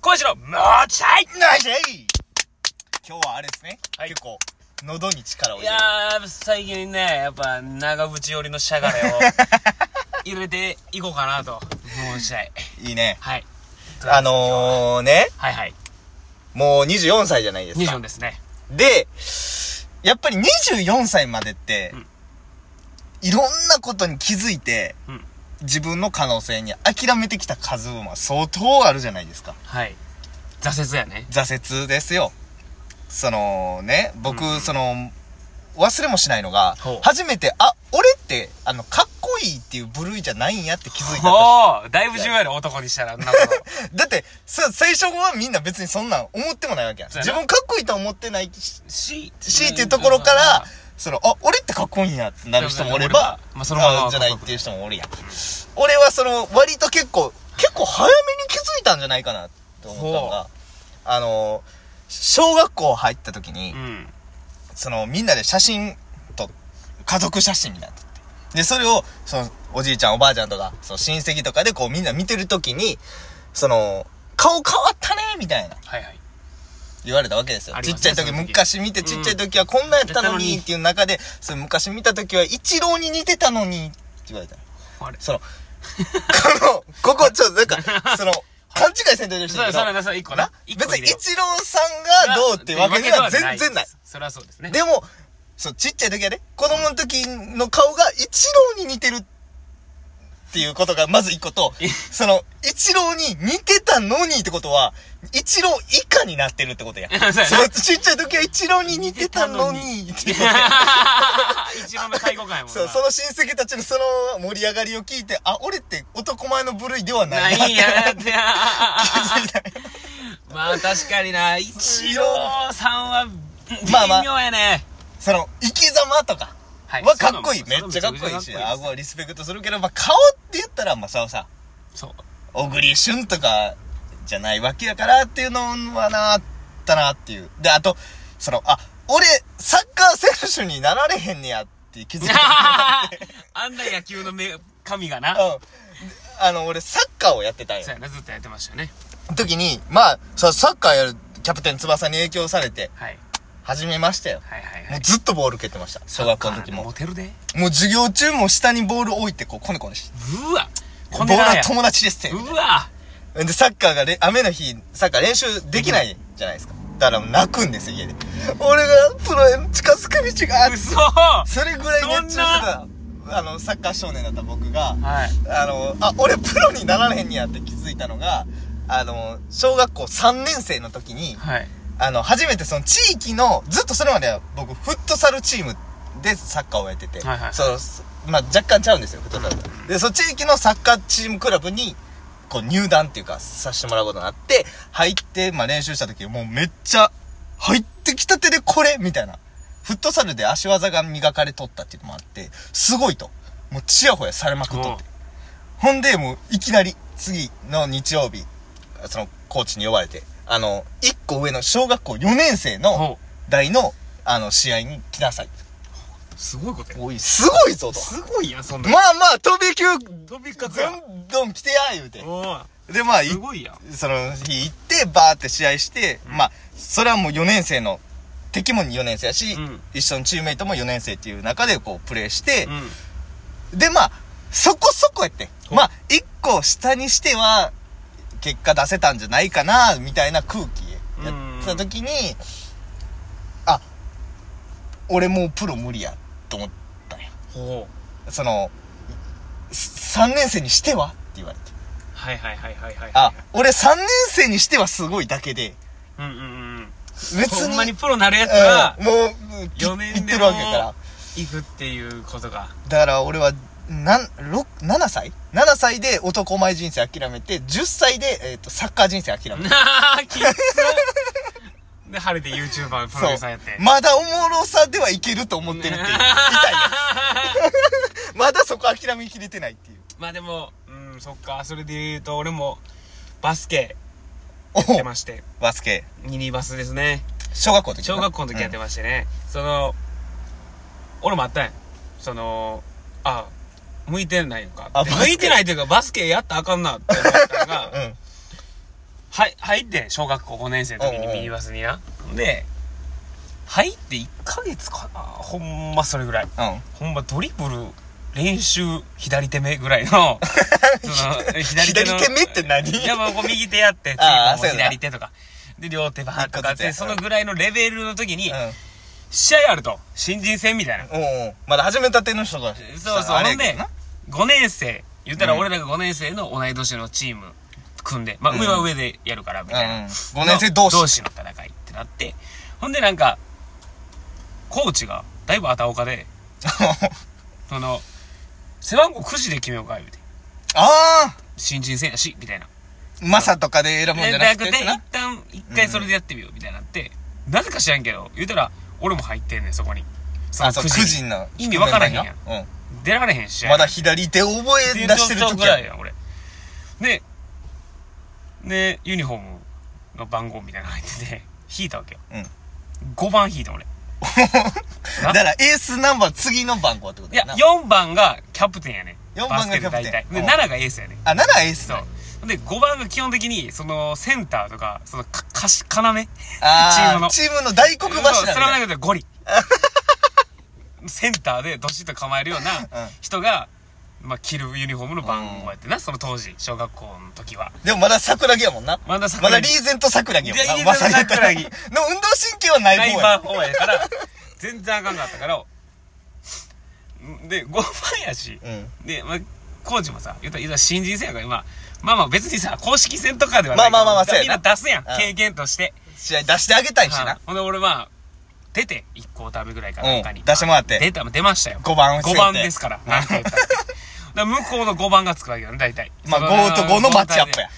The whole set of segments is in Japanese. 今週の、もちゃいないでい今日はあれですね、はい結構、喉に力をい入れる。やー、最近ね、やっぱ、長渕寄りのしゃがれを、 入れていこうかなと、申したい。いいね。はい。あ、のー、ね、はいはい。もう24歳じゃないです24か。ですね。で、やっぱり24歳までって、うんいろんなことに気づいて、うん自分の可能性に諦めてきた数は相当あるじゃないですか。はい。挫折やね。挫折ですよ。そのね、僕、うんその、忘れもしないのがほう、初めて、あ、俺って、あの、かっこいいっていう部類じゃないんやって気づいた時。おー、だいぶ重要やね、男にしたら、あん なこと。だって、さ、最初はみんな別にそんなん思ってもないわけやん。そうや自な分かっこいいとは思ってないし、し、しっていうところから、その、あ、俺ってかっこいいんやってなる人もおれば、まあそのままあじゃないっていう人もおるやん。俺はその、割と結構、結構早めに気づいたんじゃないかなと思ったのが、あの、小学校入った時に、うん。そのみんなで写真と家族写真みたいなの撮ってでそれをそのおじいちゃんおばあちゃんとかその親戚とかでこうみんな見てる時にその顔変わったねみたいなはいはい。言われたわけですよありちっますちゃねい時その時昔見てちっちゃい時はこんなやったのやったのににっていう中でその昔見た時は一郎に似てたのにって言われたあれそのこのここちょっとなん かその勘違いせんといてほしいそんだうそうだ、けどそう、一個なな。一別個入にれよう一郎さんがどうっていうわけでは全然ないで。すそれはそうですね。でも、そう、ちっちゃい時はね、子供の時の顔が一郎に似てるっていうことがまず一個とえ、その、一郎に似てたのにってことは、一郎以下になってるってこと や。そうやなそうちっちゃい時は一郎に似てたのにっていうことや。 一郎の介護官やもんな。そう、その親戚たちのその盛り上がりを聞いて、あ、俺って男前の部類ではなないなっいてんやなって。気づいた。まあ確かにな、一郎さんは、まあまあ微妙やね。 その、生き様とか。はいはかっこいい。そうめなっのちゃかっこいいし、そうなの顎はリスペクトするけど、まあ、顔って言ったら、まあ、さおさん。 そう。小栗旬とかじゃないわけやからっていうのはなあったなっていう。で、あと、その、あ、俺、サッカー選手になられへんねやって気づいた。 あんな野球の目、神がうな。ん。あの、俺、サッカーをやってたんよそう。やな、ずっとやってましたよね。時に、まあ、そサッカーやるキャプテン翼に影響されて、はい。始めましたよ。はいはいはもうい。ずっとボール蹴ってました。小学校の時もモ。テるで。もう授業中も下にボール置いて、こう、こねこねして。うわ。ボこーねルらはや。友達ですって。うわ。で、サッカーがれ、雨の日、サッカー練習できないじゃないですか。だから泣くんですよ、家で。俺がプロへの近づく道がある。嘘はそれぐらい熱中してた、あの、サッカー少年だった僕が、い。あの、あ、俺プロになられへんにやって気づいたのが、あの、小学校3年生の時に、はい。あの、初めてその地域の、ずっとそれまでは僕、フットサルチームでサッカーをやってて、はいはいそう、すまあ若干ちゃうんですよ、フットサルとで、その地域のサッカーチームクラブに、こう入団っていうか、させてもらうことになって、入って、まあ練習した時、もうめっちゃ、入ってきたてでこれみたいな。フットサルで足技が磨かれとったっていうのもあって、すごいと。もうチヤホヤされまくっとって。ほんで、もう、いきなり、次の日曜日、その、コーチに呼ばれて、あの、一個上の小学校4年生のほ代の、あの、試合に来なさい。う。すごいことや。おい、すごいぞと。すごいやん、そんな。まあまあ、飛び級、飛び方どや。んどん来てや、言うて。おーで、まあ、いすごいやん。その日行って、バーって試合して、うんまあ、それはもう4年生の、敵も4年生やし、うん一緒のチームメイトも4年生っていう中でこう、プレーして、うん。で、まあ、そこそこやって。ほうまあ、一個下にしては、結果出せたんじゃないかな、みたいな空気やってた時に、あ、俺もうプロ無理や、と思ったんや。ほう。その、3年生にしてはって言われて。はいはいはいはいはい。あ、俺3年生にしてはすごいだけで、うんうんうん。別ほに。んまにプロなるやつはうん、もう、 4い年っでてもるわけやから。行くっていうことが。だから俺は、なん、六7歳 ?7 歳で男前人生諦めて、10歳で、えっ、と、サッカー人生諦めた。なあ、き つで、晴れて YouTuber プロデューサーやって。まだおもろさではいけると思って るっていう。痛いやつ。 まだそこ諦めきれてないっていう。まあでも、うん、そっか、それで言うと、俺も、バスケおやっておまして、バスケ。ミニバスですね。小学校の時小学校の時やってまましてね、その、俺もあったんや。その、あ、向いてないのかって。あバスケ 向いてないというか、バスケやったらあかんなって思ったのが、うん。はい、入って、小学校5年生の時にうんうんミニバスにな。で、入って1ヶ月かなほんまそれぐらい。うほんまドリブル練習左手目ぐ らいの、その左手目って何いや、まあ、こう右手やって、次あこーうそうやな左手とか。で、両手ばーっとかっ一個ずつやて、そのぐらいのレベルの時に、ん。試合あると。新人戦みたいな。うん。まだ始めたての人が。そうそう。あれほやんけでどな、 5年生、言ったらうん俺らが5年生の同い年のチーム組んで、まあ、うん上は上でやるから、みたいな。うん。5年生同士。同士の戦いってなって、ほんでなんか、コーチが、だいぶあたおかで、その、背番号9時で決めようか、言うて。 ああ新人戦やし、みたいな。マサとかで選ぶんじでゃな大くて学でって一な。旦一回それでやってみようみたいになって、なぜか知らんけど言うたら俺も入ってんねんそこにそあ、そう、く9じに時の。意味わからへんやんうん。出られへんしまだ左手を覚え出してる状況時ぐらいや。やん俺ででユニフォームの番号みたいなの入って て引いたわけよ、うん5番引いた俺だからエースナンバー次の番号ってこといややな。 4番がキャプテンやねん4番がキャプテンバスケで大体でうん7がエースやねんあ、7はエースそだ。うで5番が基本的にそのセンターとかそのかかし要 ああ、チチームの大黒柱みそたういそなれはなくてゴリ センターでどしっと構えるような人が、まあ、着るユニフォームの番号やってな、その当時小学校の時はでもまだ桜木やもんな。まだ桜ま木だリーゼント桜木やもんリーゼな。ントまさに桜木。桜の運動神経はないライ方バや。ー方やから 全然あかんかったからで5番やしうん。で、まあ、コーチもさ言ったらいざ新人戦やから今まあまあ別にさ公式戦とかではないまあまあまあまあそうみやんなな出すやん、うん経験として、試合出してあげたいしはいな。ほんで俺まあ出て1クォーター目ぐらいかなんかに、うん出してもらって出た出ましたよ5番を5番ですから。なんて言ったってだから向こうの5番がつくわけだね、大体。まあそ5と5のマッチアップや。。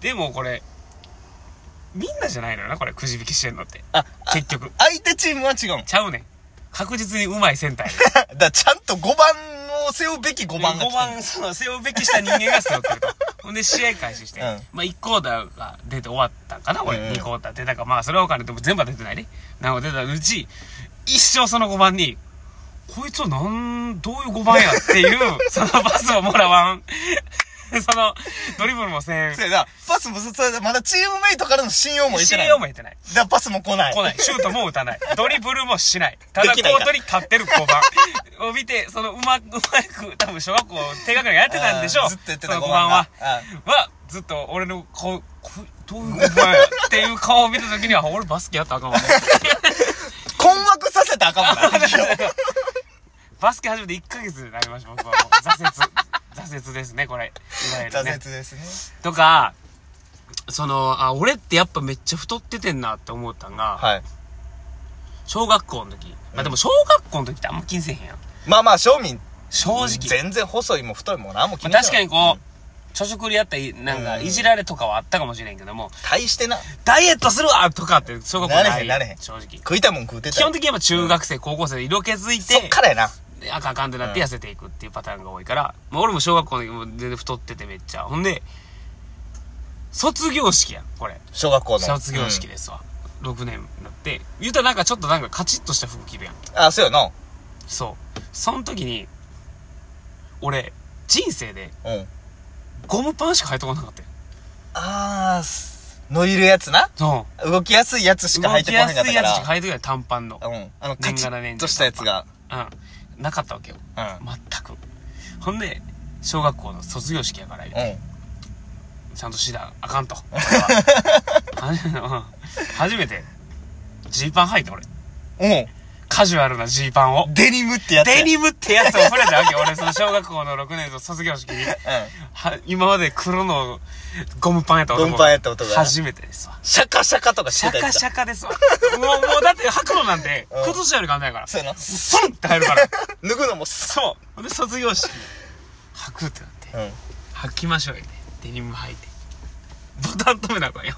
でもこれ、みんなじゃないのよな、これ、くじ引きしてんのって。あ、あ結局。相手チームは違うん。 ちゃうねん。確実にうまいセンターや。 だからちゃんと5番を背負うべき5番が来5てる。番、その、背負うべきした人間が背負ってると。ほんで、試合開始して。うんまあ、1クォーターが出て終わったんかな、俺。うん2クォーター出たか。まあ、それは分かる。でも全部は出てないね。なので、出たうち、一生その5番に、こいつはなん、どういう5番やっていう、そのパスをもらわん。その、ドリブル もせんそ。うやなパスもそそれでまだチームメイトからの信用も得てない。信用も得てない。だからパスも来ない。来ない。シュートも打 たない。ドリブルもしない。ただコできないかートに立ってる5番を見て、そのうま、うまく、多分小学校低学年やってたんでしょあう。ーずっとやってたその5 5番番はは。は、ずっと俺の顔、こどういう5番やっていう顔を見た時には、俺バスケやったらあかん わね。困惑させたらあかん もんな。バスケ始めて1ヶ月になりました、僕はもう。挫折。挫折ですね、これ。いわゆ挫る折ね。ですね。とか、その、あ、俺ってやっぱめっちゃ太っててんなって思ったんが、はい。小学校の時。まあでも小学校の時ってあんま気にせえへんやん。まあまあ、庶民。正直。全然細いも太いも何も気まあにし確ない。かにこう、著食でやったり、なんか、うんいじられとかはあったかもしれんけども、大してな。ダイエットするわとかって、小学校なれへんなれへん正直。食いたいもん食うてた。基本的にやっぱ中学生、高校生で色気づい、そってからやな。あかんあかんってなって痩せていくっていうパターンが多いから、まあ俺も小学校の時も全然太っててめっちゃ。ほんで、卒業式やん、これ。小学校の。卒業式うんですわ。6年になって。言うたらなんかちょっとなんかカチッとした服着るやん。あ、そうやな。そう。その時に、俺、人生でうん。ゴムパンしか履いてこなかったよ。あーす、伸びるやつな。そう。動きやすいやつしか入ってこへんかっ動たきかやすいらやつし。か履いてない短パンの。うん。あの、カ年チがら年ッ中としたやつが。うん。なかったわけよ。うん。全く。ほんで、小学校の卒業式やから、うん。ちゃんとしなあかん と。俺はうん初めて、ジーパン履いて俺。うカジュアルなジーパンをん。。デニムってやつや。デニムってやつを触れたわけよ俺、その小学校の6年の卒業式に。うん。は今まで黒のゴムパンやった男がゴムパンやった男が初めてですわ。シャカシャカとかしシャてたカやつシだ。ャカですわ。もう、もうだって履くのなんてう、ん靴下より簡単やから。そうやな。スンって入るから。 脱ぐのもすそう。ほんで、卒業式、履くってなって。うん。履きましょうよ、ね。デニム履いて。ボタン止めなあかん やん。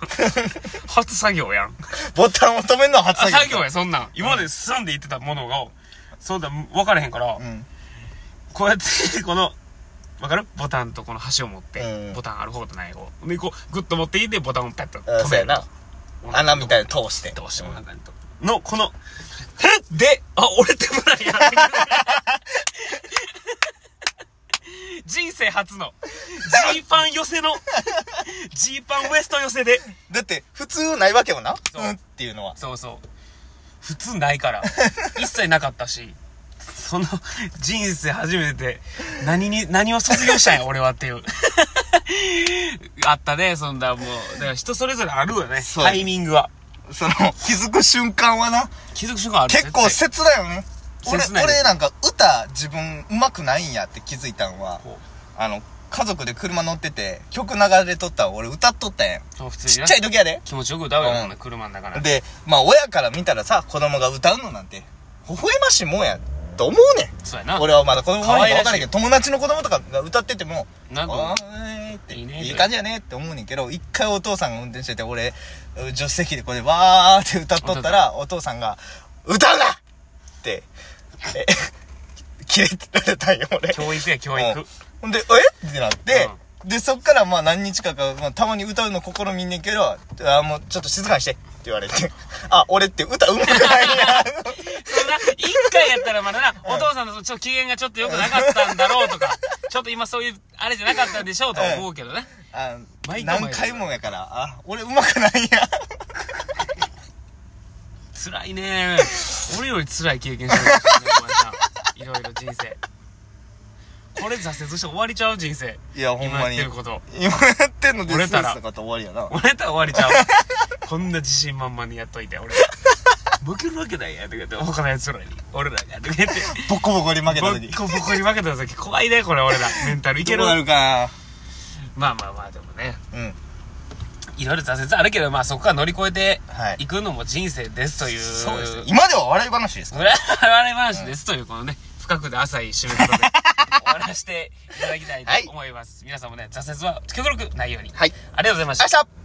初作業やん。ボタンを止めるのは初あ作業。作業や、そんなん。今まで進んでいってたものが、そんなん分からへんから、うん。こうやって、この、わかるボタンとこの端を持って、うんボタンある方とない方。で、こう、グッと持っていって、ボタンをペッとうん。止そうめやるとな。。穴みたいに通して。どうしてもなんかにと。の、この、えで、あ、俺手ぶらや。人生初の、ジーパン寄せの、ジーパンウエスト寄せで。だって、普通ないわけよな。そううんっていうのは。そうそう。普通ないから。一切なかったし。その、人生初めて、何に、何を卒業したんや、俺はっていう。あったね、そんな、もう。だから人それぞれあるよね、そうタイミングは。その、気づく瞬間はな、気づく瞬間ある結構絶切だよね。俺、切ないです俺なんか歌自分上手くないんやって気づいたんは対、こあの、家族で車乗ってて、曲流れとったん俺歌っとったんやん。うそう普通ちにっなちゃい時やで。気持ちよく歌うよ、うんこんな車の中なんてで、まあ親から見たらさ、子供が歌うのなんて、微笑ましいもんや、と思うね。。そうやなん俺はまだ子供が可愛分らしいからないけど、友達の子供とかが歌ってても、なんあか、ーって、いいねいい感じやねって思うねんけど、一回お父さんが運転してて、俺、助手席でこれわーって歌っとったら、お父さんが、歌うなって、 えキレられたんよ、俺。教育や、教うん育。ほんで、えってなって、で、そっからまあ何日かか、まあ、たまに歌うの試みんねんけど、あーもうちょっと静かにしてって言われて、あ、俺って歌うまくないそな。んな、一回やったらまだな、お父さんのちょっと機嫌がちょっと良くなかったんだろうとか、ちょっと今そういう、あれじゃなかったんでしょうと思うけどね。あ毎回何回もやから、あ、俺うまくない や。辛いね俺より辛い経験してるかもしれないお前さんいろいろ人生。これ挫折して終わりちゃう人生。いや、ほんま今に。やってること。今やってんので、折れたらスーツとかって終わりやな。俺やったら終わりちゃう。こんな自信満々にやっといて、 俺。ボケるわけないやんとか言って、他のやつらに、俺らが、とか言って。ボコボコに負けボた時。ッコボコに負けた時怖いねこれ俺らメンタルいけるどうなるかまあまあまあでもねな。うん。いろいろ挫折あるけどまあそこから乗り越えてはいいくのも人生ですという、そうですね。今では笑い話ですか裏笑い話ですというこのね深くで浅い締め方で 終わらせていただきたいと思います、皆さんもね挫折は極力ないように、はいありがとうございまし明た日